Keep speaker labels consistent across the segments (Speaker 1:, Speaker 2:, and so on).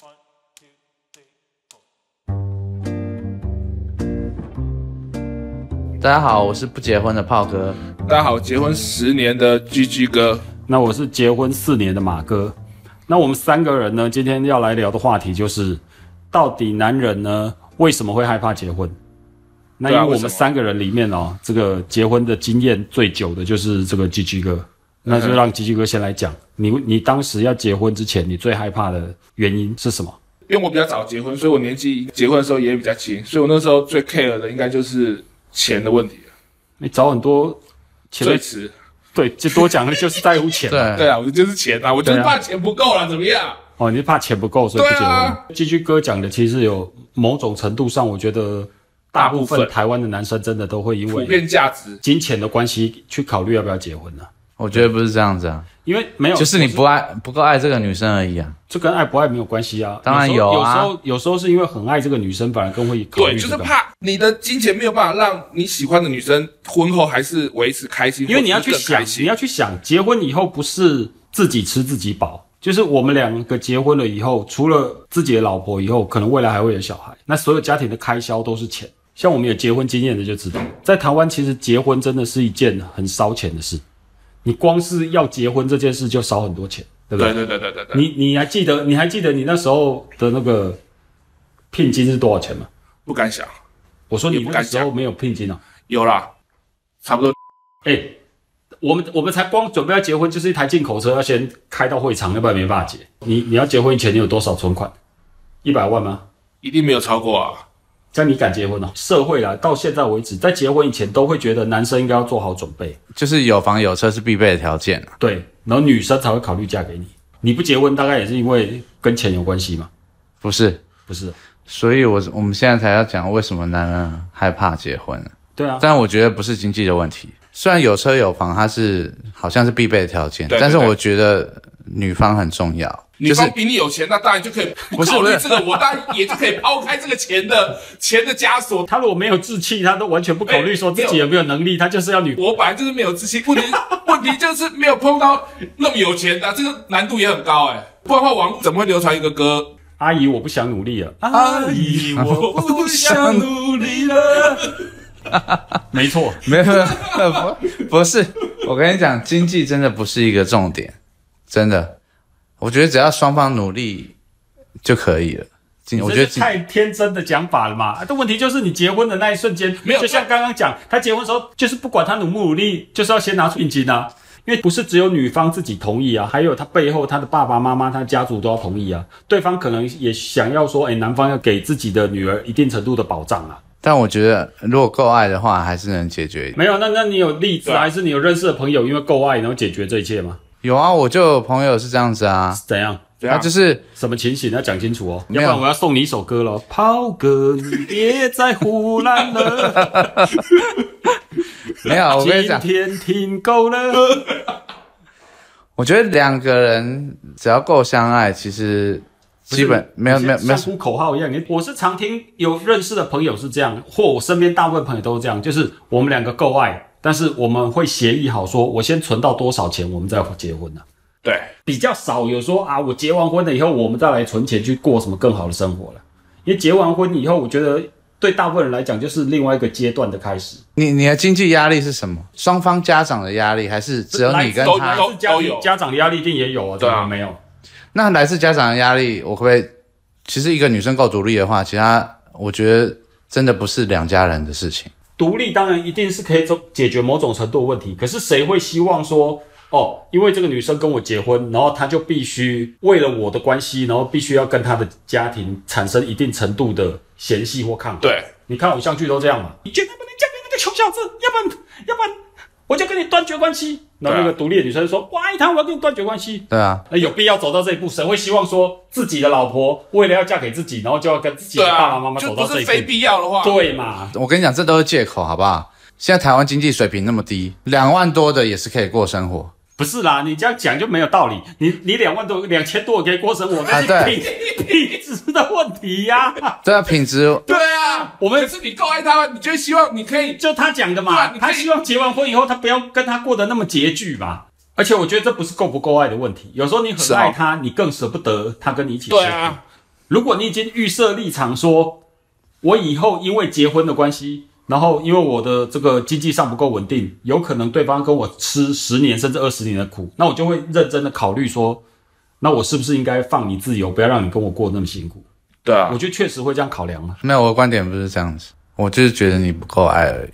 Speaker 1: two, three, four.
Speaker 2: 大家好，我是不结婚的炮哥。
Speaker 3: 大家好，结婚十年的 G G 哥，
Speaker 4: 那我是结婚四年的马哥。那我们三个人呢，今天要来聊的话题就是，到底男人呢为什么会害怕结婚？那因
Speaker 3: 对啊
Speaker 4: 为我
Speaker 3: 为什么
Speaker 4: 们三个人里面哦，这个结婚的经验最久的就是这个 G G 哥，那就让 G G 哥先来讲，你你当时要结婚之前，你最害怕的原因是什么？
Speaker 3: 因为我比较早结婚，所以我年纪结婚的时候也比较轻，所以我那时候最 care 的应该就是钱的问题了，
Speaker 4: 你找很多钱
Speaker 3: 最
Speaker 4: 的，
Speaker 3: 迟。
Speaker 4: 对，就多讲的就是在乎钱。
Speaker 2: 对，
Speaker 3: 对啊，我就是钱啊，我就是
Speaker 4: 对啊
Speaker 3: 怕钱不够了，怎么样？
Speaker 4: 哦，你是怕钱不够，所以不结
Speaker 3: 对啊
Speaker 4: 婚。寄居、哥讲的其实有某种程度上，我觉得大部
Speaker 3: 大部
Speaker 4: 分
Speaker 3: 分
Speaker 4: 台湾的男生真的都会因
Speaker 3: 普
Speaker 4: 为
Speaker 3: 遍价值，
Speaker 4: 金钱的关系去考虑要不要结婚呢、啊
Speaker 2: 我觉得不是这样子啊，
Speaker 4: 因为没有，
Speaker 2: 就是你不爱不够爱这个女生而已啊。
Speaker 4: 这跟爱不爱没有关系啊。
Speaker 2: 当然
Speaker 4: 有时
Speaker 2: 有啊
Speaker 4: 候有时候有时候是因为很爱这个女生，反而更会考
Speaker 3: 啊对，
Speaker 4: 虑
Speaker 3: 就
Speaker 4: 这
Speaker 3: 是
Speaker 4: 个。
Speaker 3: 怕你的金钱没有办法让你喜欢的女生婚后还是维持开心，
Speaker 4: 因为你要
Speaker 3: 或者
Speaker 4: 去
Speaker 3: 是更
Speaker 4: 想
Speaker 3: 开，心
Speaker 4: 你要去想，结婚以后不是自己吃自己饱，就是我们两个结婚了以后，除了自己的老婆以后，可能未来还会有小孩，那所有家庭的开销都是钱。像我们有结婚经验的就知道，在台湾其实结婚真的是一件很烧钱的事，你光是要结婚这件事就少很多钱，对不
Speaker 3: 对
Speaker 4: 对？
Speaker 3: 对对对对对，
Speaker 4: 你你还记得你还记得你那时候的那个聘金是多少钱吗？
Speaker 3: 不敢想，
Speaker 4: 我说
Speaker 3: 也
Speaker 4: 你
Speaker 3: 不
Speaker 4: 那
Speaker 3: 敢
Speaker 4: 个时候
Speaker 3: 讲
Speaker 4: 没有聘金啊，
Speaker 3: 有啦，差不多
Speaker 4: 哎、我们我们才光准备要结婚，就是一台进口车要先开到会场，要不然没办法结。你你要结婚以前你有多少存款？一百万吗？
Speaker 3: 一定没有超过啊，
Speaker 4: 这样你敢结婚啊？社会啦，到现在为止，在结婚以前都会觉得男生应该要做好准备，
Speaker 2: 就是有房有车是必备的条件啊。
Speaker 4: 对，然后女生才会考虑嫁给你。你不结婚，大概也是因为跟钱有关系嘛？
Speaker 2: 不是，
Speaker 4: 不是？
Speaker 2: 所以我我们现在才要讲为什么男人害怕结婚啊。
Speaker 4: 对啊，
Speaker 2: 但我觉得不是经济的问题，虽然有车有房，它是好像是必备的条件，
Speaker 3: 对对
Speaker 2: 但是
Speaker 3: 对
Speaker 2: 我觉得女方很重要，
Speaker 3: 女
Speaker 2: 就是
Speaker 3: 方比你有钱，那当然就可以不
Speaker 2: 不是
Speaker 3: 考虑
Speaker 2: 不是
Speaker 3: 这个，我当然也就可以抛开这个钱的 钱的枷锁。
Speaker 4: 他如果没有志气，他都完全不考虑说自己有没有能力，他就是要女。
Speaker 3: 我本来就是没有自信，问题问题就是没有碰到那么有钱的、啊这个难度也很高哎、不然的话网络怎么会流传一个歌？
Speaker 4: 阿姨，我不想努力了。
Speaker 3: 阿姨，我不想努力了。
Speaker 4: 没错，
Speaker 2: 没有没有不不是，我跟你讲，经济真的不是一个重点，真的，我觉得只要双方努力就可以了。经我觉得
Speaker 4: 这是
Speaker 2: 经
Speaker 4: 太天真的讲法了嘛。啊这问题就是你结婚的那一瞬间，
Speaker 3: 没有
Speaker 4: 就像刚刚讲，他结婚的时候就是不管他努不努力，就是要先拿出聘金啊。因为不是只有女方自己同意啊，还有他背后他的爸爸妈妈、他家族都要同意啊。对方可能也想要说，哎，男方要给自己的女儿一定程度的保障啊。
Speaker 2: 但我觉得如果够爱的话，还是能解决。
Speaker 4: 没有，那那你有例子
Speaker 3: 对
Speaker 4: 啊，
Speaker 3: 啊
Speaker 4: 还是你有认识的朋友因为够爱然后解决这一切吗？
Speaker 2: 有啊，我就有朋友是这样子啊，
Speaker 4: 怎样？
Speaker 2: 他就是
Speaker 4: 什么情形要讲清楚哦，
Speaker 2: 没有
Speaker 4: 要不然我要送你一首歌喽。 炮哥，你别再胡乱了，
Speaker 2: 没有。哦我跟你
Speaker 4: 今
Speaker 2: 讲，
Speaker 4: 天听够了。
Speaker 2: 我觉得两个人只要够相爱，其实 基本没有没有没
Speaker 4: 像
Speaker 2: 有
Speaker 4: 呼口号一样。你我是常听有认识的朋友是这样，或我身边大部分朋友都是这样，就是我们两个够爱，但是我们会协议好说，我先存到多少钱，我们再结婚呢、
Speaker 3: 对，
Speaker 4: 比较少有说啊，我结完婚了以后，我们再来存钱去过什么更好的生活了。因为结完婚以后，我觉得对大部分人来讲，就是另外一个阶段的开始。
Speaker 2: 你你的经济压力是什么？双方家长的压力，还是只有你跟
Speaker 3: 都
Speaker 2: 他？
Speaker 3: 都
Speaker 4: 是家
Speaker 3: 都有
Speaker 4: 庭家长的压力一定也有啊，
Speaker 3: 对啊
Speaker 4: 怎么没有？
Speaker 2: 那来自家长的压力，我会不会？其实一个女生够独立的话，其他我觉得真的不是两家人的事情。
Speaker 4: 独立当然一定是可以走解决某种程度的问题，可是谁会希望说哦，因为这个女生跟我结婚，然后她就必须为了我的关系，然后必须要跟她的家庭产生一定程度的嫌隙或抗衡？
Speaker 3: 对，
Speaker 4: 你看偶像剧都这样嘛，你绝对不能嫁给那个穷小子，要不然要不然我就跟你断绝关系。然后那个独立的女生说：“
Speaker 3: 啊
Speaker 4: 我爱他，我要跟你断绝关系。”
Speaker 2: 对啊，
Speaker 4: 那有必要走到这一步？谁会希望说自己的老婆为了要嫁给自己，然后就要跟自己的
Speaker 3: 对
Speaker 4: 爸爸
Speaker 3: 啊
Speaker 4: 妈，妈
Speaker 3: 就
Speaker 4: 走
Speaker 3: 不
Speaker 4: 到这
Speaker 3: 是
Speaker 4: 一
Speaker 3: 非
Speaker 4: 步？
Speaker 3: 必要的话，
Speaker 2: 啊
Speaker 4: 对嘛？
Speaker 2: 我跟你讲，这都是借口，好不好？现在台湾经济水平那么低，两万多的也是可以过生活。
Speaker 4: 不是啦，你这样讲就没有道理。你你两万多、两千多可以过生活，那
Speaker 2: 啊
Speaker 4: 是品品质的问 题呀、
Speaker 2: 对啊，品质
Speaker 3: 对啊，
Speaker 4: 我们
Speaker 3: 可是你够爱他，你就希望你可以
Speaker 4: 就他讲的嘛
Speaker 3: 对，你可以
Speaker 4: 他希望结完婚以后，他不要跟他过得那么拮据嘛。而且我觉得这不是够不够爱的问题，有时候你
Speaker 2: 是哦
Speaker 4: 很爱他，你更舍不得他跟你一起生活。
Speaker 3: 对啊，
Speaker 4: 如果你已经预设立场说，我以后因为结婚的关系，然后因为我的这个经济上不够稳定，有可能对方跟我吃十年甚至二十年的苦，那我就会认真的考虑说，那我是不是应该放你自由，不要让你跟我过得那么辛苦？
Speaker 3: 对啊
Speaker 4: 我，觉得确实会这样考量啊。
Speaker 2: 没有，我的观点不是这样子，我就是觉得你不够爱而已，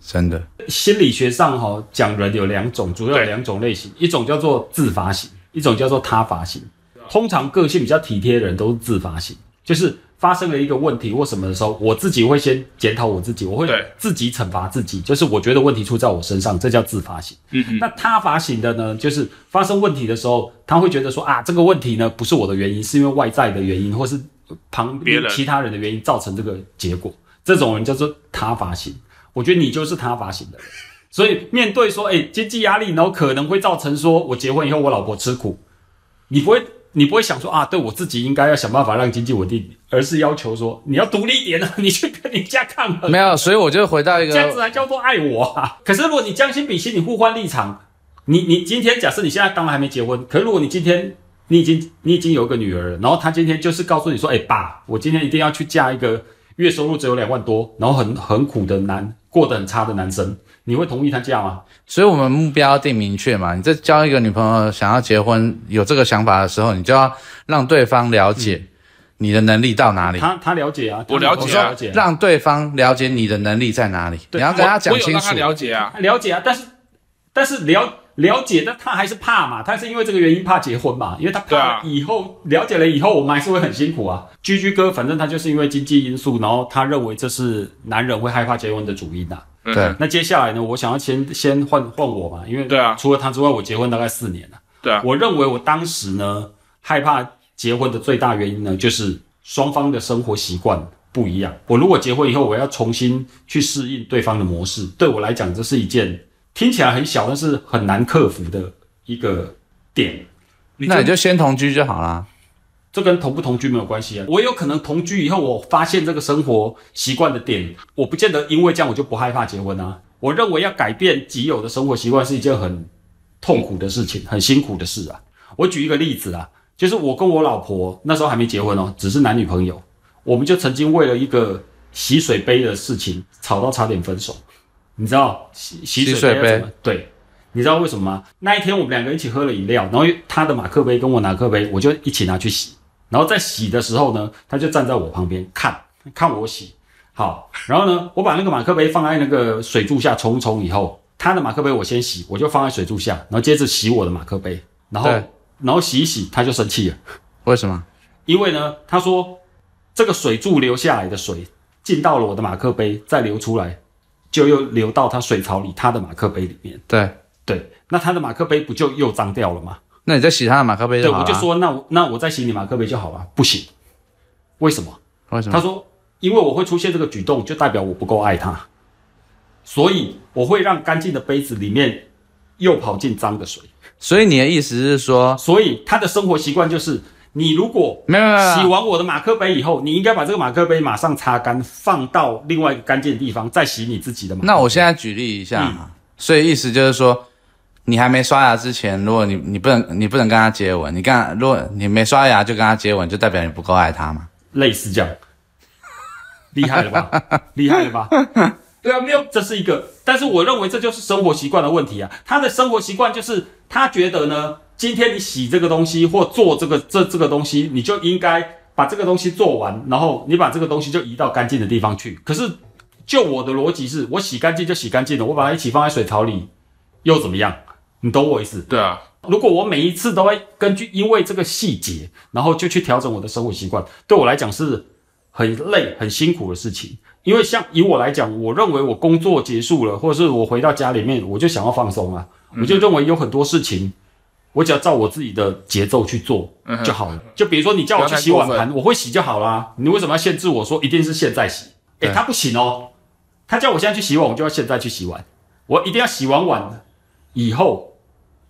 Speaker 2: 真的。
Speaker 4: 心理学上哈、讲人有两种，主要有
Speaker 3: 对
Speaker 4: 两种类型，一种叫做自发型，一种叫做他发型。通常个性比较体贴的人都是自发型，就是发生了一个问题或什么的时候，我自己会先检讨我自己，我会
Speaker 3: 对
Speaker 4: 自己惩罚自己，就是我觉得问题出在我身上，这叫自发型。
Speaker 3: 嗯嗯，
Speaker 4: 那他发型的呢，就是发生问题的时候，他会觉得说啊，这个问题呢不是我的原因，是因为外在的原因，或是旁
Speaker 3: 别
Speaker 4: 边
Speaker 3: 人
Speaker 4: 其他人的原因造成这个结果。这种人叫做他发型，我觉得你就是他发型的人。所以面对说，哎、经济压力，然后可能会造成说我结婚以后我老婆吃苦，你不会。你不会想说啊，对我自己应该要想办法让经济稳定，而是要求说你要独立一点啊，你去跟你家抗 衡。
Speaker 2: 没有，所以我就回到一
Speaker 4: 呃这样子
Speaker 2: 个，
Speaker 4: 才叫做爱我啊！可是如果你将心比心，你互换立场，你你今天假设你现在当然还没结婚，可是如果你今天你已经你已经有一个女儿了，然后她今天就是告诉你说，哎、爸，我今天一定要去嫁一个月收入只有两万多，然后很很苦的男，过得很差的男生，你会同意她嫁吗？
Speaker 2: 所以我们目标定明确嘛。你在交一个女朋友，想要结婚，有这个想法的时候，你就要让对方了
Speaker 4: 嗯
Speaker 2: 解你的能力到哪里，
Speaker 4: 她她了解啊，
Speaker 3: 我了解啊
Speaker 4: 她了解啊，
Speaker 2: 让对方了解你的能力在哪里。
Speaker 4: 对
Speaker 2: 你要跟他
Speaker 3: 我
Speaker 2: 讲
Speaker 3: 有
Speaker 2: 清
Speaker 3: 让
Speaker 2: 楚
Speaker 3: 他。了解啊，
Speaker 4: 她了解啊，但是但是了。了解，但她还是怕嘛，她是因为这个原因怕结婚嘛，因为她
Speaker 3: 对
Speaker 4: 怕
Speaker 3: 啊
Speaker 4: 以后了解了以后，我们还是会很辛苦啊。居居哥，反正他就是因为经济因素，然后他认为这是男人会害怕结婚的主因啊呐、
Speaker 3: 嗯
Speaker 2: 对
Speaker 4: 那接下来呢，我想要先先换换我嘛，因为
Speaker 3: 对啊
Speaker 4: 除了他之外，我结婚大概四年了、
Speaker 3: 对啊，
Speaker 4: 我认为我当时呢害怕结婚的最大原因呢，就是双方的生活习惯不一样。我如果结婚以后，我要重新去适应对方的模式，对我来讲，这是一件听起来很小，但是很难克服的一个点。
Speaker 2: 那你就先同居就好啦。
Speaker 4: 这跟同不同居没有关系啊。我有可能同居以后，我发现这个生活习惯的点，我不见得因为这样我就不害怕结婚啊。我认为要改变既有的生活习惯是一件很痛苦的事情，很辛苦的事啊。我举一个例子啊，就是我跟我老婆那时候还没结婚哦，只是男女朋友，我们就曾经为了一个洗水杯的事情吵到差点分手。你知道洗洗
Speaker 2: 洗水
Speaker 4: 水杯要怎么对，你知道为什么吗？那一天我们两个一起喝了饮料，然后他的马克杯跟我拿克杯，我就一起拿去洗。然后在洗的时候呢，他就站在我旁边看看我洗。好，然后呢，我把那个马克杯放在那个水柱下冲一冲以后，他的马克杯我先洗，我就放在水柱下，然后接着洗我的马克杯，然后
Speaker 2: 对
Speaker 4: 然后洗一洗，他就生气了。
Speaker 2: 为什么？
Speaker 4: 因为呢，他说这个水柱流下来的水进到了我的马克杯，再流出来，就又流到他水槽里，他的马克杯里面。
Speaker 2: 对，
Speaker 4: 对，那他的马克杯不就又脏掉了吗？
Speaker 2: 那你再洗他的马克杯
Speaker 4: 对，
Speaker 2: 就好
Speaker 4: 我
Speaker 2: 了。
Speaker 4: 就说那我那我再洗你马克杯就好了，不行，为什么？
Speaker 2: 为什
Speaker 4: 他
Speaker 2: 么？
Speaker 4: 说，因为我会出现这个举动，就代表我不够爱他，所以我会让干净的杯子里面又跑进脏的水，
Speaker 2: 所以你的意思是说，
Speaker 4: 所以他的生活习惯就是，你如果
Speaker 2: 没有没有没有
Speaker 4: 洗完我的马克杯以后，你应该把这个马克杯马上擦干，放到另外一个干净的地方，再洗你自己的马克杯。
Speaker 2: 那我现在举例一下嘛，所以意思就是说，你还没刷牙之前，如果你你不能你不能跟他接吻，你干如果你没刷牙就跟他接吻，就代表你不够爱他嘛。
Speaker 4: 类似这样，厉害 了吧？厉害了吧？
Speaker 3: 对啊，没有
Speaker 4: 这是一个，但是我认为这就是生活习惯的问题啊。他的生活习惯就是他觉得呢，今天你洗这个东西或做这个这这个东西，你就应该把这个东西做完，然后你把这个东西就移到干净的地方去。可是就我的逻辑是，我洗干净就洗干净了，我把它一起放在水槽里又怎么样？你懂我意思？
Speaker 3: 对啊，
Speaker 4: 如果我每一次都会根据因为这个细节，然后就去调整我的生活习惯，对我来讲是很累、很辛苦的事情。因为像以我来讲，我认为我工作结束了，或者是我回到家里面，我就想要放松啊，
Speaker 3: 嗯
Speaker 4: 我就认为有很多事情，我只要照我自己的节奏去做
Speaker 3: 嗯哼
Speaker 4: 就好了。就比如说你叫我去洗碗
Speaker 3: 不要太
Speaker 4: 盘，我会洗就好啦。你为什么要限制我说一定是现在洗？诶，
Speaker 2: 对
Speaker 4: 他不行哦，他叫我现在去洗碗，我就要现在去洗碗，我一定要洗完碗以后，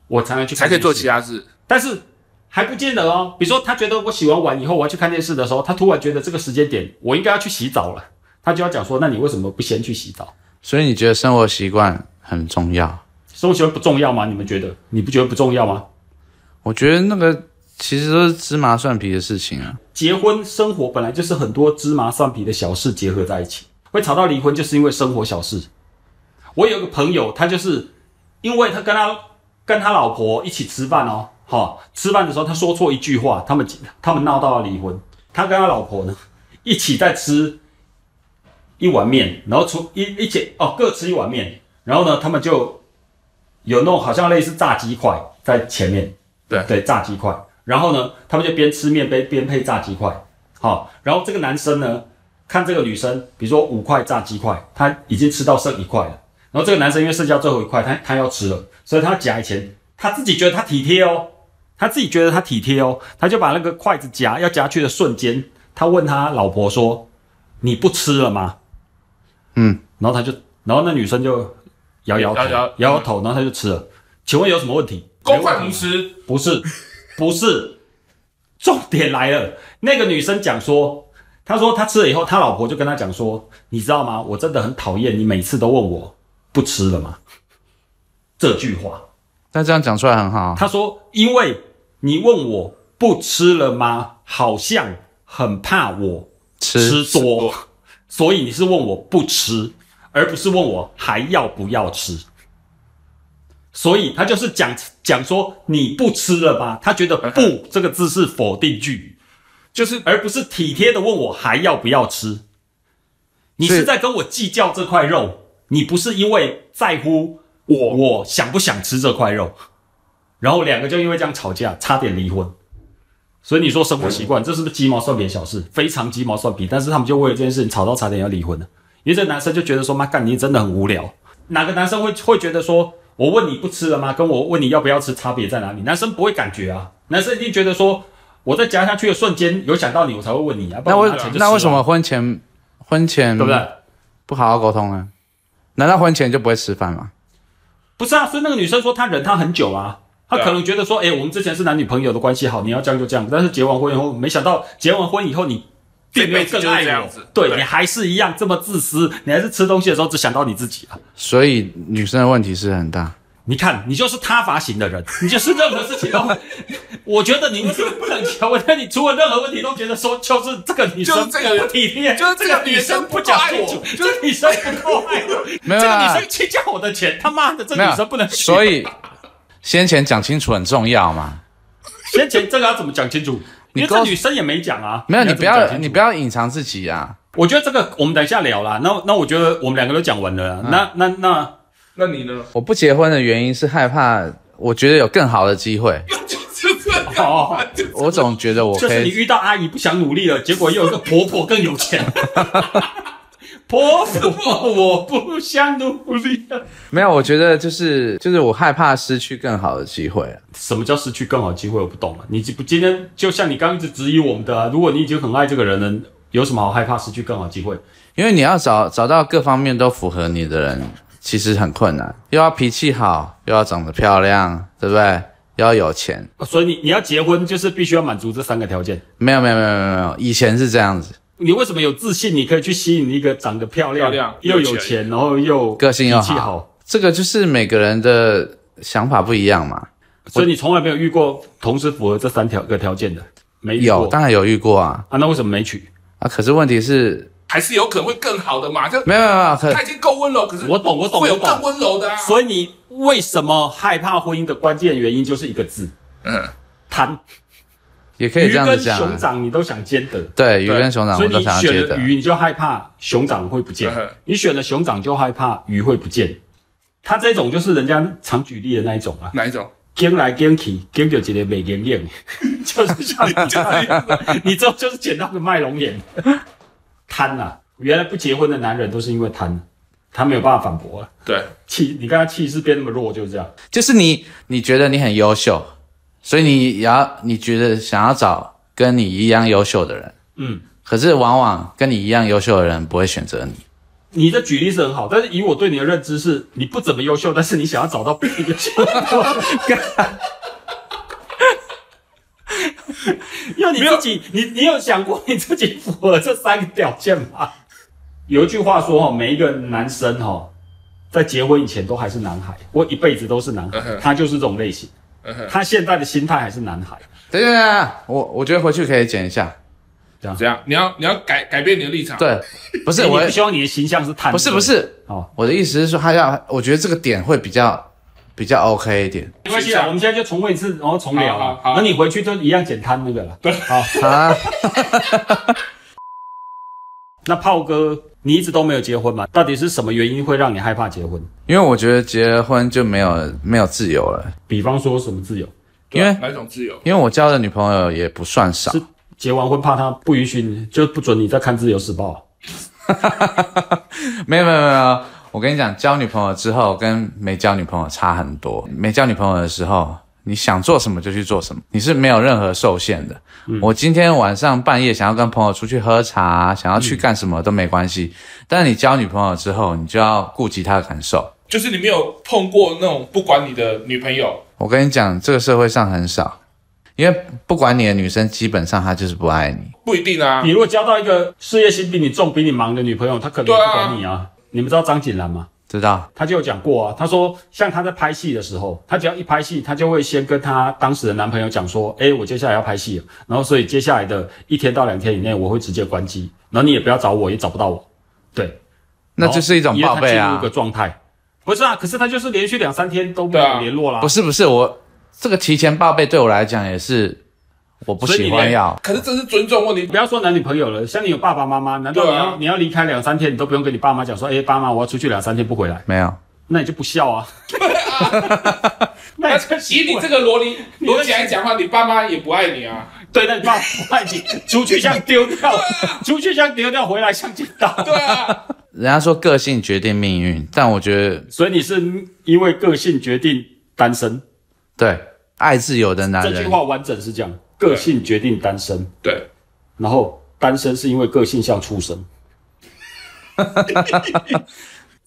Speaker 4: 我才能去
Speaker 3: 才
Speaker 4: 看
Speaker 3: 可以做啊
Speaker 4: 电视
Speaker 3: 其他事，
Speaker 4: 但是还不见得哦。比如说，他觉得我洗完碗以后，我要去看电视的时候，他突然觉得这个时间点我应该要去洗澡了，他就要讲说：“那你为什么不先去洗澡？
Speaker 2: 所以你觉得生活习惯很重要？
Speaker 4: 生活习惯不重要吗？你们觉得？你不觉得不重要吗？
Speaker 2: 我觉得那个其实都是芝麻蒜皮的事情啊。
Speaker 4: 结婚生活本来就是很多芝麻蒜皮的小事结合在一起，会吵到离婚，就是因为生活小事。我有个朋友，他就是因为他跟他跟他老婆一起吃饭哦，哈、吃饭的时候他说错一句话，他们他们闹到了离婚。他跟他老婆呢一起在吃一碗面，然后出一一起哦各吃一碗面，然后呢他们就有那种好像类似炸鸡块在前面，
Speaker 2: 对
Speaker 4: 对，炸鸡块。然后呢，他们就边吃面边边配炸鸡块，好、然后这个男生呢，看这个女生，比如说五块炸鸡块，他已经吃到剩一块了。然后这个男生因为剩下最后一块，他他要吃了，所以他要夹以前，他自己觉得他体贴哦，他自己觉得他体贴哦，他就把那个筷子夹要夹去的瞬间，他问他老婆说：“你不吃了吗？”
Speaker 2: 嗯，
Speaker 4: 然后他就，然后那女生就摇摇头，
Speaker 3: 摇摇
Speaker 4: 摇摇头，然后他就吃了。请问有什么问题？
Speaker 3: 公筷母匙，
Speaker 4: 不是，不是，重点来了。那个女生讲说，她说她吃了以后，她老婆就跟她讲说，你知道吗？我真的很讨厌你每次都问我不吃了吗？这句话，
Speaker 2: 但这样讲出来很好啊，
Speaker 4: 她说，因为你问我不吃了吗，好像很怕我
Speaker 2: 吃
Speaker 4: 吃多，所以你是问我不吃，而不是问我还要不要吃。所以他就是讲讲说你不吃了吧？他觉得“ 不”这个字是否定句，
Speaker 3: 就是
Speaker 4: 而不是体贴的问我还要不要吃。你
Speaker 2: 所以
Speaker 4: 是在跟我计较这块肉，你不是因为在乎
Speaker 3: 我
Speaker 4: 我想不想吃这块肉，然后两个就因为这样吵架，差点离婚。所以你说生活习惯，这是不是鸡毛蒜皮的小事？非常鸡毛蒜皮，但是他们就为了这件事情吵到差点要离婚了。因为这男生就觉得说，妈干，你真的很无聊。哪个男生会会觉得说，我问你不吃了吗？跟我问你要不要吃，差别在哪里？男生不会感觉啊，男生一定觉得说，我在夹下去的瞬间有想到你，我才会问你啊。不
Speaker 2: 那
Speaker 4: 然我
Speaker 2: 为
Speaker 4: 拿钱就吃了
Speaker 2: 那为什么婚前婚前
Speaker 4: 对不
Speaker 3: 嗯
Speaker 4: 对？
Speaker 2: 不好好沟通呢？难道婚前就不会吃饭吗？
Speaker 4: 不是啊，所以那个女生说她忍他很久啊，她
Speaker 3: 对啊
Speaker 4: 可能觉得说，哎、我们之前是男女朋友的关系好，你要这样就这样。但是结完婚以后，没想到结完婚以后你并没有更
Speaker 3: 这辈子就是这
Speaker 4: 爱我
Speaker 3: 样子，
Speaker 4: 对
Speaker 3: 对
Speaker 4: 你还是一样这么自私，你还是吃东西的时候只想到你自己啊。
Speaker 2: 所以女生的问题是很大。
Speaker 4: 你看，你就是他法型的人，你就是任何事情 都，我觉得你为什么不能讲？我觉得你出了任何问题都觉得说，就是这个女生
Speaker 3: 就是这个人
Speaker 4: 不体贴，
Speaker 3: 就是这个
Speaker 4: 女
Speaker 3: 女生
Speaker 4: 不
Speaker 3: 不
Speaker 4: 讲
Speaker 3: 够爱
Speaker 4: 清
Speaker 3: 我
Speaker 4: 楚，
Speaker 3: 就是
Speaker 4: 这个女生不够爱我，
Speaker 2: 没有
Speaker 4: 这个
Speaker 2: 啦
Speaker 4: 女生欠我的钱，他妈的，这
Speaker 2: 没
Speaker 4: 个
Speaker 2: 有啊
Speaker 4: 女生不能娶
Speaker 2: 所以先前讲清楚很重要嘛。
Speaker 4: 先前这个要怎么讲清楚？
Speaker 2: 你
Speaker 4: 因为
Speaker 2: 告诉
Speaker 4: 这女生也没讲啊。
Speaker 2: 没有，你不要你
Speaker 4: 你
Speaker 2: 不要隐藏自己啊。
Speaker 4: 我觉得这个我们等一下聊啦。那那我觉得我们两个都讲完了啦。那那 那
Speaker 3: 那你呢？
Speaker 2: 我不结婚的原因是害怕，我觉得有更好的机会，
Speaker 3: 就是这样，
Speaker 4: 哦，
Speaker 2: 我总觉得我
Speaker 4: 就
Speaker 2: 可
Speaker 4: 是你
Speaker 2: 以。
Speaker 4: 遇到阿姨不想努力了，结果又有一个婆婆更有钱。 婆婆，我不想努力了。
Speaker 2: 没有，我觉得就是就是我害怕失去更好的机会啊。
Speaker 4: 什么叫失去更好机会？我不懂啊了。你不今天就像你刚刚一直质疑我们的、啊，如果你已经很爱这个人了，有什么好害怕失去更好机会？
Speaker 2: 因为你要找找到各方面都符合你的人，其实很困难，又要脾气好，又要长得漂亮，对不对？又要有钱。
Speaker 4: 啊所以你你要结婚，就是必须要满足这三个条件。
Speaker 2: 没有没有没有没有没有，以前是这样子，
Speaker 4: 你为什么有自信？你可以去吸引一个长得漂
Speaker 3: 漂
Speaker 4: 亮、
Speaker 3: 亮
Speaker 4: 又
Speaker 3: 有
Speaker 4: 有
Speaker 3: 钱
Speaker 4: 钱，然后又
Speaker 2: 个性又
Speaker 4: 脾气
Speaker 2: 好
Speaker 4: 好，
Speaker 2: 这个就是每个人的想法不一样嘛。
Speaker 4: 所以你从来没有遇过同时符合这三条个条件的，没遇
Speaker 2: 有，
Speaker 4: 过
Speaker 2: 当然有遇过啊
Speaker 4: 啊？那为什么没娶？
Speaker 2: 啊！可是问题是，
Speaker 3: 还是有可能会更好的嘛？就
Speaker 2: 没有没有没有，可
Speaker 3: 他已经够温柔，可是
Speaker 4: 呃我懂我懂
Speaker 3: 会有
Speaker 4: 我懂
Speaker 3: 更温柔的啊。
Speaker 4: 所以你为什么害怕婚姻的关键原因就是一个字，
Speaker 3: 嗯，
Speaker 4: 贪。
Speaker 2: 也可以
Speaker 4: 鱼
Speaker 2: 这样子
Speaker 4: 跟
Speaker 2: 讲
Speaker 4: 熊
Speaker 2: 啊。
Speaker 4: 掌你都想兼得，
Speaker 2: 对，鱼跟熊掌
Speaker 4: 所
Speaker 2: 我
Speaker 4: 以
Speaker 2: 都
Speaker 4: 你
Speaker 2: 想要
Speaker 4: 选
Speaker 2: 觉得
Speaker 4: 了。鱼，你就害怕熊掌会不见
Speaker 3: 嗯；
Speaker 4: 你选了熊掌，就害怕鱼会不见。他这种就是人家常举例的那一种啊，
Speaker 3: 哪一种？
Speaker 4: 跟来跟去，跟着一个美颜眼， 就是像你这样，你之后就是捡到个卖龙眼，贪啊！原来不结婚的男人都是因为贪，他没有办法反驳啊。
Speaker 3: 对，
Speaker 4: 气，你看他气势变那么弱，就是这样。
Speaker 2: 就是你，你觉得你很优秀，所以你也要，你觉得想要找跟你一样优秀的人，
Speaker 4: 嗯，
Speaker 2: 可是往往跟你一样优秀的人不会选择你。
Speaker 4: 你的举例是很好，但是以我对你的认知是，你不怎么优秀，但是你想要找到比你优秀的，因为你自己，你你有想过你自己符合这三个条件吗？有一句话说哈，每一个男哦生哈，在结婚以前都还是男孩，我一辈子都是男孩
Speaker 3: 嗯，哼
Speaker 4: 他就是这种类型。他现在的心态还是男孩，
Speaker 2: 对对对，我我觉得回去可以剪一下。
Speaker 3: 怎样？你要你要改改变你的立场。，
Speaker 2: 对，不是
Speaker 4: 你
Speaker 2: 我
Speaker 4: 不，希望你的形象是坦，
Speaker 2: 不是不是，
Speaker 4: 哦，
Speaker 2: 我的意思是说，他要，我觉得这个点会比较比较 OK 一点
Speaker 4: 没关系啊，我们现在就重问一次，然后重聊
Speaker 3: 好
Speaker 4: 啊
Speaker 3: 好。好
Speaker 4: 那你回去就一样简单那个了。对，好。
Speaker 2: 啊。
Speaker 4: 那炮哥，你一直都没有结婚嘛？到底是什么原因会让你害怕结婚？
Speaker 2: 因为我觉得结了婚就没有没有自由了，
Speaker 4: 比方说什么自由？
Speaker 2: 因为
Speaker 3: 哪一种自由？
Speaker 2: 因为我交的女朋友也不算少
Speaker 4: 是，结完婚怕他不允许你，就不准你再看《自由时报啊
Speaker 2: 没有没有没有，我跟你讲，交女朋友之后跟没交女朋友差很多。没交女朋友的时候，你想做什么就去做什么，你是没有任何受限的。
Speaker 4: 嗯
Speaker 2: 我今天晚上半夜想要跟朋友出去喝茶，想要去干什么都没关系。但是你交女朋友之后，你就要顾及她的感受。
Speaker 3: 就是你没有碰过那种不管你的女朋友，
Speaker 2: 我跟你讲，这个社会上很少，因为不管你的女生，基本上她就是不爱你。
Speaker 3: 不一定啊》。
Speaker 4: 你。如果交到一个事业心比你重、比你忙的女朋友，她可能也
Speaker 3: 对啊
Speaker 4: 不管你啊。你们知道张锦兰吗？
Speaker 2: 知道，
Speaker 4: 她就有讲过啊，她说像她在拍戏的时候，她只要一拍戏，她就会先跟她当时的男朋友讲说，哎，我接下来要拍戏了，然后所以接下来的一天到两天以内，我会直接关机，然后你也不要找我，也找不到我，对，
Speaker 2: 那就是一种报备
Speaker 4: 哦然后因为她进入
Speaker 2: 啊
Speaker 4: 一个。状态，不是啊，可是她就是连续两三天都没
Speaker 3: 对啊
Speaker 4: 有联络啦，
Speaker 2: 不是不是，我这个提前报备对我来讲也是我不
Speaker 4: 所以你
Speaker 2: 喜欢
Speaker 4: 连
Speaker 2: 要。
Speaker 3: 可是这是尊重问题
Speaker 4: 你，不要说男女朋友了，像你有爸爸妈妈，难道你
Speaker 3: 对
Speaker 4: 要、
Speaker 3: 啊
Speaker 4: 你要离开两三天，你都不用跟你爸妈讲说，哎、爸妈，我要出去两三天不回来，
Speaker 2: 没有，
Speaker 4: 那你就不 孝啊。那
Speaker 3: 那
Speaker 4: 你这
Speaker 3: 以你这个逻辑逻辑来讲话，你爸妈也不爱你啊。
Speaker 4: 对，那你爸不爱你，出去像丢 掉，出去像丢掉，回来像捡到。
Speaker 3: 对啊，
Speaker 2: 人家说个性决定命运，但我觉得
Speaker 4: 所以你是因为个性决定单身，
Speaker 2: 对爱自由的男
Speaker 4: 这句
Speaker 2: 人，
Speaker 4: 话完整是这样：个性决定单身，
Speaker 3: 对，
Speaker 4: 然后单身是因为个性像畜生。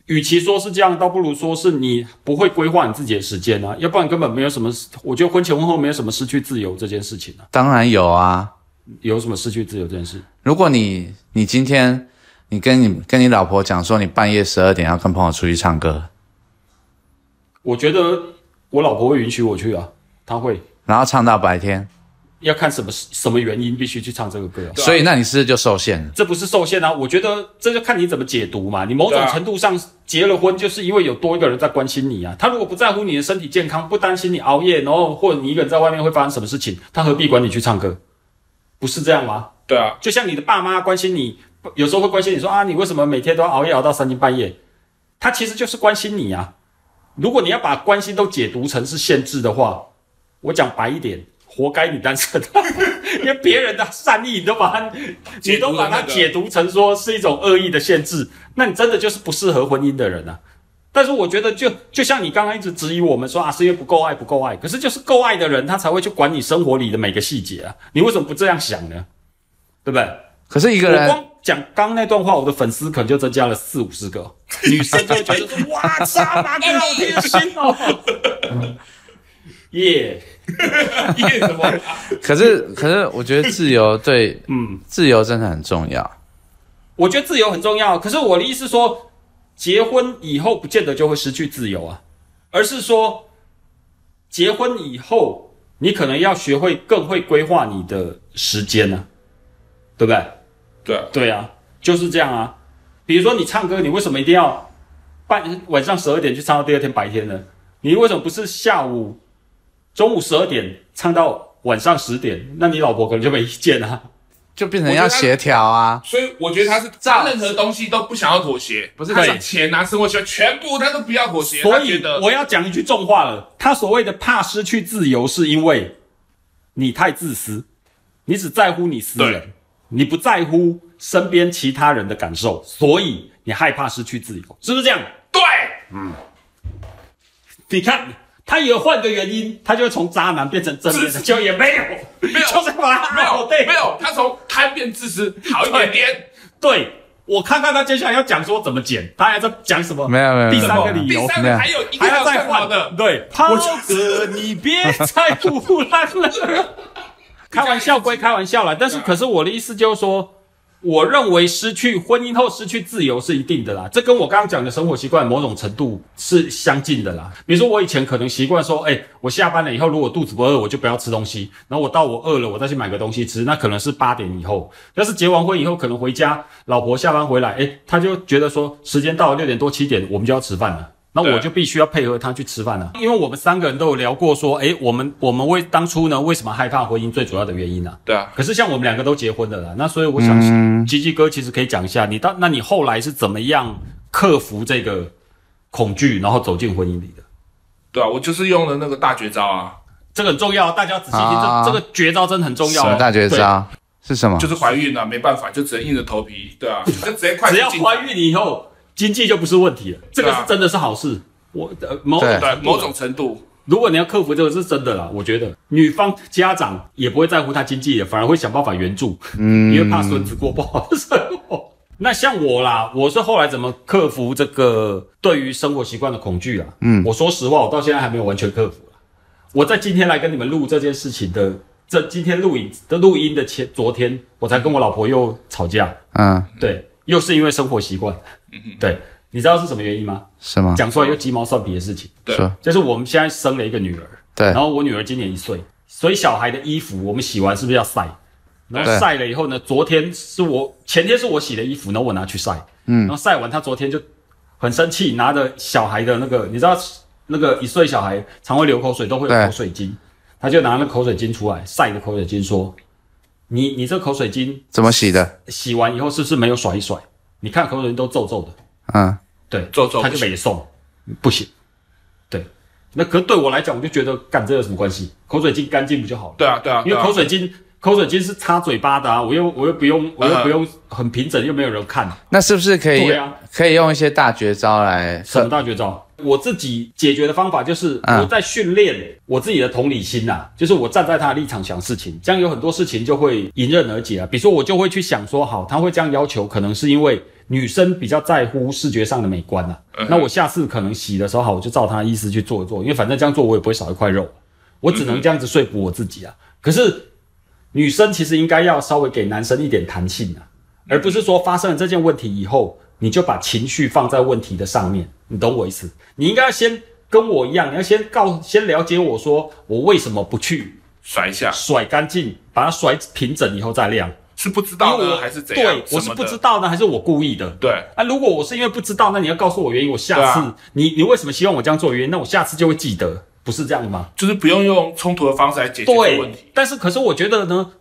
Speaker 4: 与其说是这样，倒不如说是你不会规划你自己的时间啊，要不然根本没有什么。我觉得婚前婚后没有什么失去自由这件事情啊，
Speaker 2: 当然有啊。
Speaker 4: 有什么失去自由这件事？
Speaker 2: 如果你你今天你跟你跟你老婆讲说你半夜十二点要跟朋友出去唱歌，
Speaker 4: 我觉得我老婆会允许我去啊，她会
Speaker 2: 然后唱到白天，
Speaker 4: 要看什么什么原因必须去唱这个歌、啊。
Speaker 3: 对啊
Speaker 2: 所以那你是不是就受限了？
Speaker 4: 这不是受限啊，我觉得这就看你怎么解读嘛。你某
Speaker 3: 对
Speaker 4: 种
Speaker 3: 啊
Speaker 4: 程度上结了婚，就是因为有多一个人在关心你啊。他如果不在乎你的身体健康，不担心你熬夜，然后或者你一个人在外面会发生什么事情，他何必管你去唱歌？不是这样吗？
Speaker 3: 对啊，
Speaker 4: 就像你的爸妈关心你，有时候会关心你说啊，你为什么每天都要熬夜熬到三更半夜？他其实就是关心你啊。如果你要把关心都解读成是限制的话，我讲白一点，活该你单身，啊因为别人的善意你都把它，你
Speaker 3: 解读成
Speaker 4: 都
Speaker 3: 那个
Speaker 4: 把它解读成说是一种恶意的限制，那你真的就是不适合婚姻的人啊。但是我觉得就，就像你刚刚一直质疑我们说啊，是因为不够爱，不够爱。可是就是够爱的人，他才会去管你生活里的每个细节啊。你为什么不这样想呢？对不对？
Speaker 2: 可是一个
Speaker 4: 我
Speaker 2: 人，
Speaker 4: 光讲刚那段话，我的粉丝可能就增加了四五十个， 女生就会觉得说：“哇，渣男你好贴心哦。” 耶，
Speaker 3: 耶什么？
Speaker 2: 可是可是我觉得自由对，
Speaker 4: 嗯，
Speaker 2: 自由真的很重要。
Speaker 4: 我觉得自由很重要。可是我的意思说，结婚以后不见得就会失去自由啊，而是说，结婚以后你可能要学会更会规划你的时间呢、啊，对不对？
Speaker 3: 对啊，
Speaker 4: 对啊，就是这样啊。比如说你唱歌，你为什么一定要半晚上十二点去唱到第二天白天呢？你为什么不是下午、中午十二点唱到晚上十点？那你老婆可能就没意见啊。
Speaker 2: 就变成要协调啊，
Speaker 3: 所以我觉得他是
Speaker 2: 照
Speaker 3: 任何东西都不想要妥协，
Speaker 2: 不是
Speaker 3: 他
Speaker 2: 对
Speaker 3: 是钱啊、生活习惯全部他都不要妥协，
Speaker 4: 所
Speaker 3: 他觉
Speaker 4: 以
Speaker 3: 得
Speaker 4: 我要讲一句重话了，他所谓的怕失去自由，是因为你太自私，你只在乎你私人
Speaker 3: 对，
Speaker 4: 你不在乎身边其他人的感受，所以你害怕失去自由，是不是这样？
Speaker 3: 对，
Speaker 4: 你看，他也换个原因，他就会从渣男变成正面的，
Speaker 3: 自私
Speaker 4: 就也没有，
Speaker 3: 没有
Speaker 4: 就是把他
Speaker 3: 没有
Speaker 4: 哦对
Speaker 3: 没有，他从贪变自私好一点点，
Speaker 4: 对。我看看他接下来要讲说怎么剪，他还在讲什么？
Speaker 2: 没有没有没有
Speaker 4: 第三个理
Speaker 3: 第
Speaker 4: 由
Speaker 3: 三
Speaker 2: 没有
Speaker 3: 个还有一个
Speaker 4: 还要
Speaker 3: 要
Speaker 4: 再
Speaker 3: 更好
Speaker 4: 换
Speaker 3: 的，
Speaker 4: 对，炮哥，你别再 胡乱了。开玩笑归开玩笑啦，但是可是我的意思就是说，我认为失去婚姻后失去自由是一定的啦，这跟我刚刚讲的生活习惯某种程度是相近的啦。比如说我以前可能习惯说，哎、我下班了以后如果肚子不饿，我就不要吃东西，然后我到我饿了，我再去买个东西吃，那可能是八点以后。但是结完婚以后，可能回家，老婆下班回来，哎、她就觉得说时间到了六点多七点，我们就要吃饭了。那
Speaker 3: 对
Speaker 4: 我就必须要配合她去吃饭了、因为我们三个人都有聊过说，哎、我们我们为当初呢为什么害怕婚姻最主要的原因呢、啊？
Speaker 3: 对啊，
Speaker 4: 可是像我们两个都结婚了啦，那所以我想，
Speaker 2: 嗯
Speaker 4: 吉吉哥其实可以讲一下，你到那你后来是怎么样克服这个恐惧，然后走进婚姻里的？
Speaker 3: 对啊，我就是用了那个大绝招啊，
Speaker 4: 这个很重要，大家仔细听，
Speaker 2: 啊
Speaker 4: 这这个绝招真的很重要、啊
Speaker 2: 什么大绝招是什么？
Speaker 3: 就是怀孕啊，没办法，就只能硬着头皮，对啊，就直接快
Speaker 4: 对？
Speaker 3: 速
Speaker 4: 只要
Speaker 3: 进
Speaker 4: 怀孕以后，经济就不是问题了，这个
Speaker 3: 对
Speaker 4: 是
Speaker 3: 啊
Speaker 4: 真的是好事。我呃某
Speaker 2: 对
Speaker 3: 对
Speaker 4: 程度
Speaker 3: 某种程度，
Speaker 4: 如果你要克服这个是真的啦，我觉得女方家长也不会在乎她经济的，反而会想办法援助，嗯，因为怕孙子过不好的生活。那像我啦，我是后来怎么克服这个对于生活习惯的恐惧啊？嗯，我说实话，我到现在还没有完全克服啦。我在今天来跟你们录这件事情的，这今天录影的录音的前昨天，我才跟我老婆又吵架，
Speaker 2: 嗯，
Speaker 4: 对，又是因为生活习惯，对，你知道是什么原因吗？
Speaker 2: 什么？
Speaker 4: 讲出来又鸡毛蒜皮的事情。
Speaker 3: 对
Speaker 2: 说
Speaker 4: 就是我们现在生了一个女儿，
Speaker 2: 对
Speaker 4: 然后我女儿今年一岁，所以小孩的衣服我们洗完是不是要晒？然后晒了以后呢，昨天是我前天是我洗的衣服，然后我拿去晒，嗯，然后晒完她昨天就很生气，拿着小孩的那个，你知道那个一岁小孩常会流口水，都会有
Speaker 2: 对
Speaker 4: 口水巾，她就拿那个口水巾出来晒的口水巾说：“你你这口水巾
Speaker 2: 怎么洗的？
Speaker 4: 洗完以后是不是没有甩一甩？你看口水巾都皱皱的。”
Speaker 2: 嗯，
Speaker 4: 对，
Speaker 3: 皱皱
Speaker 4: 他
Speaker 3: 不
Speaker 4: 就
Speaker 3: 行
Speaker 4: 没送，不行。对，那可对我来讲，我就觉得干这有什么关系？口水巾干净不就好了？
Speaker 3: 对啊，对啊，
Speaker 4: 因
Speaker 3: 对
Speaker 4: 为
Speaker 3: 啊
Speaker 4: 口水巾口水巾是擦嘴巴的啊，我又我又不用我又
Speaker 3: 嗯
Speaker 4: 不用很平整，又没有人看，
Speaker 2: 那是不是可以
Speaker 4: 对啊
Speaker 2: 可以用一些大绝招来
Speaker 4: 什么
Speaker 2: 克？
Speaker 4: 大绝招？我自己解决的方法就是
Speaker 2: 嗯
Speaker 4: 我在训练我自己的同理心呐、啊就是我站在他的立场想事情，这样有很多事情就会迎刃而解啊。比如说我就会去想说，好，他会这样要求，可能是因为女生比较在乎视觉上的美观呐、
Speaker 3: 嗯
Speaker 4: 那我下次可能洗的时候，好，我就照他的意思去做一做，因为反正这样做我也不会少一块肉，我只能这样子说服我自己啊。可是女生其实应该要稍微给男生一点弹性啊，而不是说发生了这件问题以后，你就把情绪放在问题的上面，你懂我意思？你应该要先跟我一样，你要先告先了解我说我为什么不去
Speaker 3: 甩一下
Speaker 4: 甩干净，把它甩平整以后再晾，
Speaker 3: 是不知
Speaker 4: 因
Speaker 3: 道
Speaker 4: 为
Speaker 3: 呢
Speaker 4: 我
Speaker 3: 还是怎样
Speaker 4: 对？我
Speaker 3: 什
Speaker 4: 是
Speaker 3: 么
Speaker 4: 不
Speaker 3: 的
Speaker 4: 知道呢，还是我故意的？
Speaker 3: 对
Speaker 4: 啊，如果我是因为不知道，那你要告诉我原因，我下次、
Speaker 3: 对啊
Speaker 4: 你你为什么希望我这样做原因，那我下次就会记得，不是这样吗？
Speaker 3: 就是不用用冲突的方式来解决这个问
Speaker 4: 对
Speaker 3: 题。，
Speaker 4: 但是可是我觉得呢，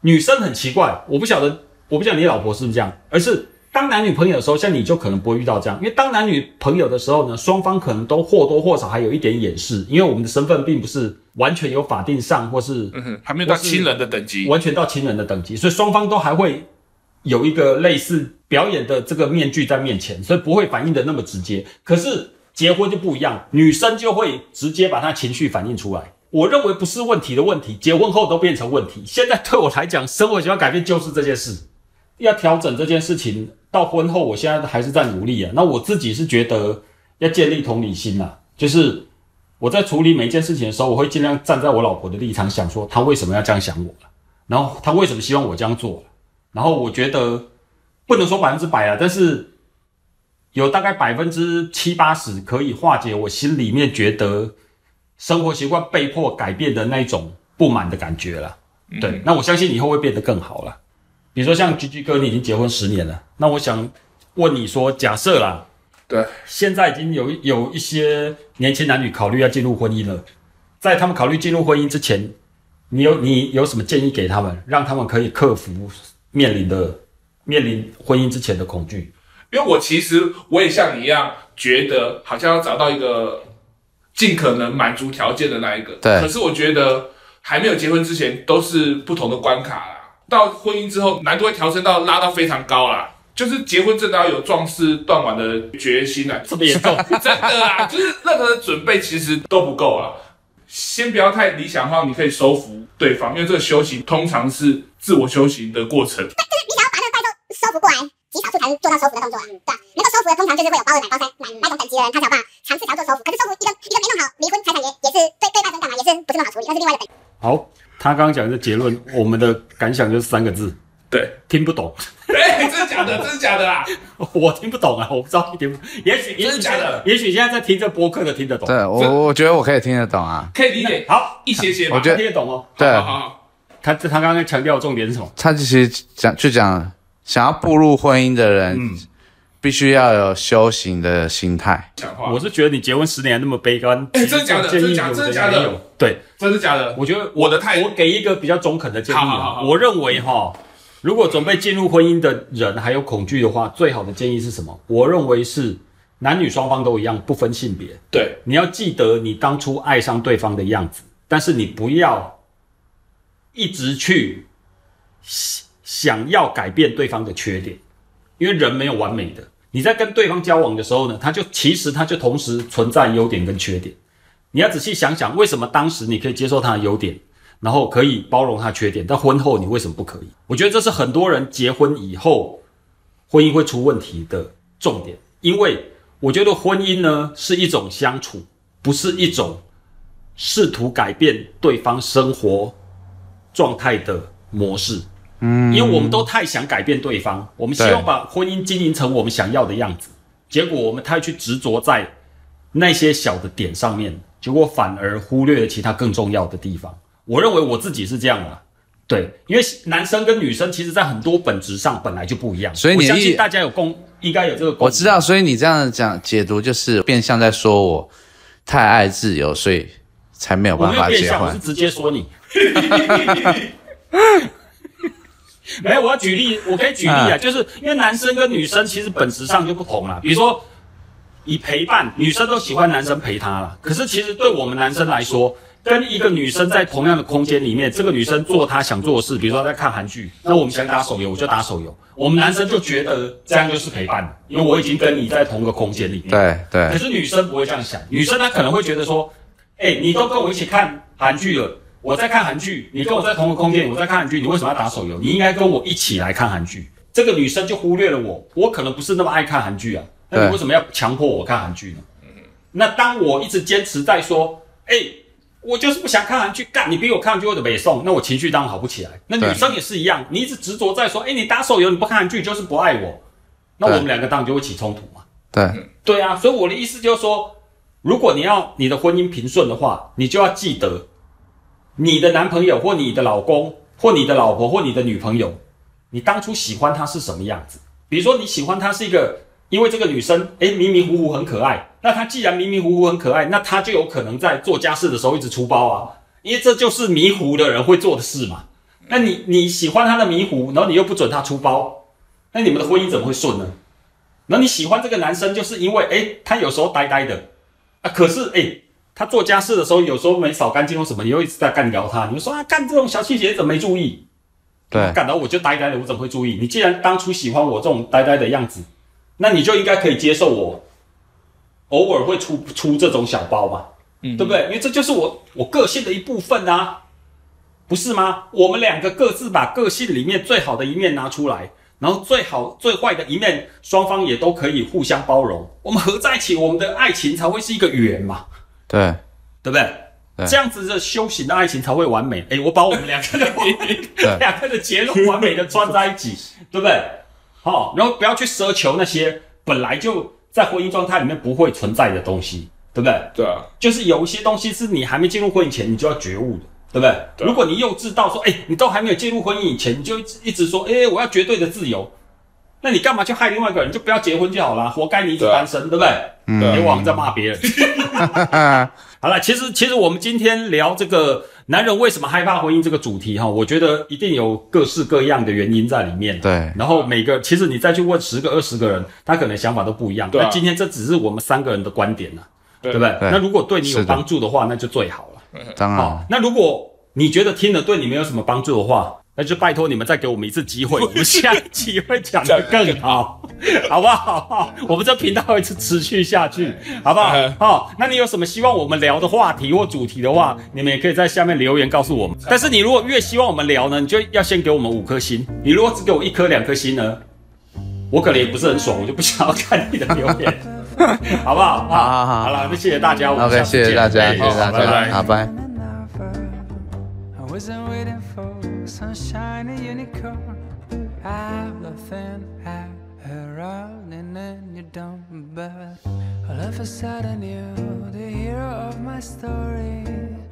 Speaker 4: 女生很奇怪，我不晓得，我不晓得你老婆是不是这样，而是当男女朋友的时候，像你就可能不会遇到这样，因为当男女朋友的时候呢，双方可能都或多或少还有一点掩饰，因为我们的身份并不是完全有法定上或是
Speaker 3: 嗯哼，还没有到亲人的等级。
Speaker 4: 完全到亲人的等级，所以双方都还会有一个类似表演的这个面具在面前，所以不会反应的那么直接。可是结婚就不一样，女生就会直接把她情绪反映出来。我认为不是问题的问题，结婚后都变成问题。现在对我来讲，生活习惯改变就是这件事，要调整这件事情。到婚后，我现在还是在努力啊。那我自己是觉得要建立同理心啊，就是我在处理每一件事情的时候，我会尽量站在我老婆的立场想，说她为什么要这样想我了，然后她为什么希望我这样做了，然后我觉得不能说百分之百啊，但是有大概百分之七八十可以化解我心里面觉得生活习惯被迫改变的那种不满的感觉了。对，那我相信以后会变得更好了。比如说像菊菊哥，你已经结婚十年了，那我想问你说，假设啦，
Speaker 3: 对，
Speaker 4: 现在已经有一有一些年轻男女考虑要进入婚姻了，在他们考虑进入婚姻之前，你有你有什么建议给他们，让他们可以克服面临的面临婚姻之前的恐惧？
Speaker 3: 因为我其实我也像你一样，觉得好像要找到一个尽可能满足条件的那一个。
Speaker 2: 对
Speaker 3: 可是我觉得还没有结婚之前都是不同的关卡啦，到婚姻之后难度会调升到拉到非常高啦。就是结婚真的要有壮士断腕的决心啊！
Speaker 4: 这么严 重？
Speaker 3: 真的啊，就是任何的准备其实都不够啊。先不要太理想化，你可以收服对方，因为这个修行通常是自我修行的过程。
Speaker 1: 收服过来，极少数才能做到收服的动作啊。对啊，能够收服的通常就是会有包二奶、包三奶那种等级的人，他才有办法尝试想要做收服。可是收服一个一个没弄好，离婚财产也也是对对半分干嘛，也是不是那么好处理，那是另外的等级。
Speaker 4: 好，他刚刚讲的结论，我们的感想就是三个字：
Speaker 3: 对，
Speaker 4: 听不懂，
Speaker 3: 哎，真的假的？真的假的啦？
Speaker 4: 我听不懂啊，我不知道你听不，也许也
Speaker 3: 真的
Speaker 4: 许
Speaker 3: 假的
Speaker 4: 也许现在在听这播客的听得懂，
Speaker 2: 对我，我觉得我可以听得懂啊。
Speaker 3: 可以理解，
Speaker 4: 好，
Speaker 3: 一些些吧。
Speaker 2: 我觉得
Speaker 4: 听得懂哦。
Speaker 2: 对
Speaker 3: 好好好，
Speaker 4: 他他刚刚强调的重点是什么？
Speaker 2: 他其实讲就讲，想要步入婚姻的人，
Speaker 4: 嗯
Speaker 2: 必须要有修行的心态。
Speaker 3: 讲话
Speaker 4: 我，是觉得你结婚十年那么悲观，
Speaker 3: 哎真的假的
Speaker 4: 建
Speaker 3: 真的
Speaker 4: 议
Speaker 3: 假的
Speaker 4: 有
Speaker 3: 真的假的
Speaker 4: 没有？对，
Speaker 3: 真的假的？
Speaker 4: 我觉得
Speaker 3: 我的态
Speaker 4: 我给一个比较中肯的建议
Speaker 3: 哎好好好
Speaker 4: 啊，
Speaker 3: 好
Speaker 4: 我认为哈，如果准备进入婚姻的人还有恐惧的话，最好的建议是什么？我认为是男女双方都一样，不分性别。
Speaker 3: 对，
Speaker 4: 你要记得你当初爱上对方的样子，但是你不要一直去想想要改变对方的缺点，因为人没有完美的。你在跟对方交往的时候呢，他就其实他就同时存在优点跟缺点。你要仔细想想，为什么当时你可以接受他的优点，然后可以包容他的缺点，但婚后你为什么不可以？我觉得这是很多人结婚以后婚姻会出问题的重点，因为我觉得婚姻呢是一种相处，不是一种试图改变对方生活状态的模式。嗯，因为我们都太想改变对方，我们希望
Speaker 2: 对
Speaker 4: 把婚姻经营成我们想要的样子，结果我们太去执着在那些小的点上面，结果反而忽略了其他更重要的地方。我认为我自己是这样的、对，因为男生跟女生其实在很多本质上本来就不一样，
Speaker 2: 所以
Speaker 4: 我
Speaker 2: 你的
Speaker 4: 相
Speaker 2: 意
Speaker 4: 信大家有共，应该有这个共鸣。
Speaker 2: 我知道，所以你这样讲解读就是变相在说我太爱自由，所以才没有
Speaker 4: 我
Speaker 2: 办
Speaker 4: 没有
Speaker 2: 法
Speaker 4: 变
Speaker 2: 结
Speaker 4: 相，我是
Speaker 2: 婚。
Speaker 4: 直接说你。 没有，我要举例，我可以举例啊，就是因为男生跟女生其实本质上就不同啦。比如说，以陪伴，女生都喜欢男生陪她啦。可是其实对我们男生来说，跟一个女生在同样的空间里面，这个女生做她想做的事，比如说她在看韩剧，那我们想打手游，我就打手游。我们男生就觉得这样就是陪伴了，因为我已经跟你在同个空间里面。
Speaker 2: 对对，
Speaker 4: 可是女生不会这样想，女生她可能会觉得说，哎、你都跟我一起看韩剧了，我在看韩剧，你跟我在同个空间，我在看韩剧，你为什么要打手游？你应该跟我一起来看韩剧。这个女生就忽略了我，我可能不是那么爱看韩剧啊，那
Speaker 2: 对
Speaker 4: 你为什么要强迫我看韩剧呢？那当我一直坚持在说，哎、我就是不想看韩剧，干你逼我看韩剧我就北送，那我情绪当然好不起来。那女
Speaker 2: 对
Speaker 4: 生也是一样，你一直执着在说，哎、你打手游你不看韩剧就是不爱我，那我们
Speaker 2: 对
Speaker 4: 两个当然就会起冲突嘛。
Speaker 2: 对，
Speaker 4: 对啊，所以我的意思就是说，如果你要你的婚姻平顺的话，你就要记得，你的男朋友或你的老公或你的老婆或你的女朋友，你当初喜欢她是什么样子？比如说你喜欢她是一个，因为这个女生诶迷迷糊糊很可爱，那她既然迷迷糊糊很可爱，那她就有可能在做家事的时候一直出包啊，因为这就是迷糊的人会做的事嘛。那你你喜欢她的迷糊，然后你又不准她出包，那你们的婚姻怎么会顺呢？那你喜欢这个男生，就是因为哎、诶他有时候呆呆的啊，可是哎、诶他做家事的时候有时候没扫干净或什么，你又一直在干聊他，你就说啊，干这种小细节怎么没注意？
Speaker 2: 对
Speaker 4: 干到我就呆呆的，我怎么会注意？你既然当初喜欢我这种呆呆的样子，那你就应该可以接受我偶尔会出出这种小包吧，
Speaker 3: 嗯
Speaker 4: 对不对？因为这就是我我个性的一部分啊，不是吗？我们两个各自把个性里面最好的一面拿出来，然后最好最坏的一面，双方也都可以互相包容，我们合在一起，我们的爱情才会是一个圆嘛，
Speaker 2: 对，
Speaker 4: 对不对？
Speaker 2: 对
Speaker 4: 这样子的修行的爱情才会完美。哎，我把我们两个的 两个的结论完美的串在一起，对不对？好、然后不要去奢求那些本来就在婚姻状态里面不会存在的东西，对不对？
Speaker 3: 对啊，
Speaker 4: 就是有一些东西是你还没进入婚姻前你就要觉悟的，对不对？
Speaker 3: 对
Speaker 4: 如果你幼稚到说，哎、你都还没有进入婚姻以前，你就一直一直说，哎、我要绝对的自由，那你干嘛去害另外一个人？就不要结婚就好啦，活该你一直
Speaker 3: 对啊
Speaker 4: 单身，对不对？
Speaker 3: 对啊
Speaker 4: 别往在骂别人。好了，其实其实我们今天聊这个男人为什么害怕婚姻这个主题哈，我觉得一定有各式各样的原因在里面。
Speaker 2: 对
Speaker 4: 然后每个其实你再去问十个二十个人，他可能想法都不一样。
Speaker 3: 对啊
Speaker 4: 那今天这只是我们三个人的观点呢、啊
Speaker 3: 对
Speaker 4: 对不对？
Speaker 2: 对
Speaker 4: 那如果对你有
Speaker 2: 是的
Speaker 4: 帮助的话，那就最好了。
Speaker 2: 当
Speaker 4: 好、
Speaker 2: 然，
Speaker 4: 那如果你觉得听了对你没有什么帮助的话，那就拜托你们再给我们一次机会，我 们下一期会讲得更好，好不好？我们这频道会持续下去，
Speaker 2: 哎
Speaker 4: 好不好
Speaker 3: 嗯？
Speaker 4: 好、那你有什么希望我们聊的话题或主题的话，你们也可以在下面留言告诉我们。
Speaker 2: 哎
Speaker 4: 但是你如果越希望我们聊呢，你就要先给我们五颗星。你如果只给我一颗、两颗星呢，我可能也不是很爽，我就不想要看你的留 言，好不好？好
Speaker 2: 好好
Speaker 4: 好了，那谢谢大家，我们下
Speaker 2: OK，
Speaker 4: 次
Speaker 2: 谢谢
Speaker 4: 见
Speaker 2: 大家，
Speaker 4: 哎
Speaker 2: 谢谢大
Speaker 4: 好拜拜
Speaker 2: 家，好，拜。
Speaker 5: another. I wasn't waiting for sunshine and unicorn. I'm laughing at her rolling and you don't, but all of a sudden you're the hero of my story.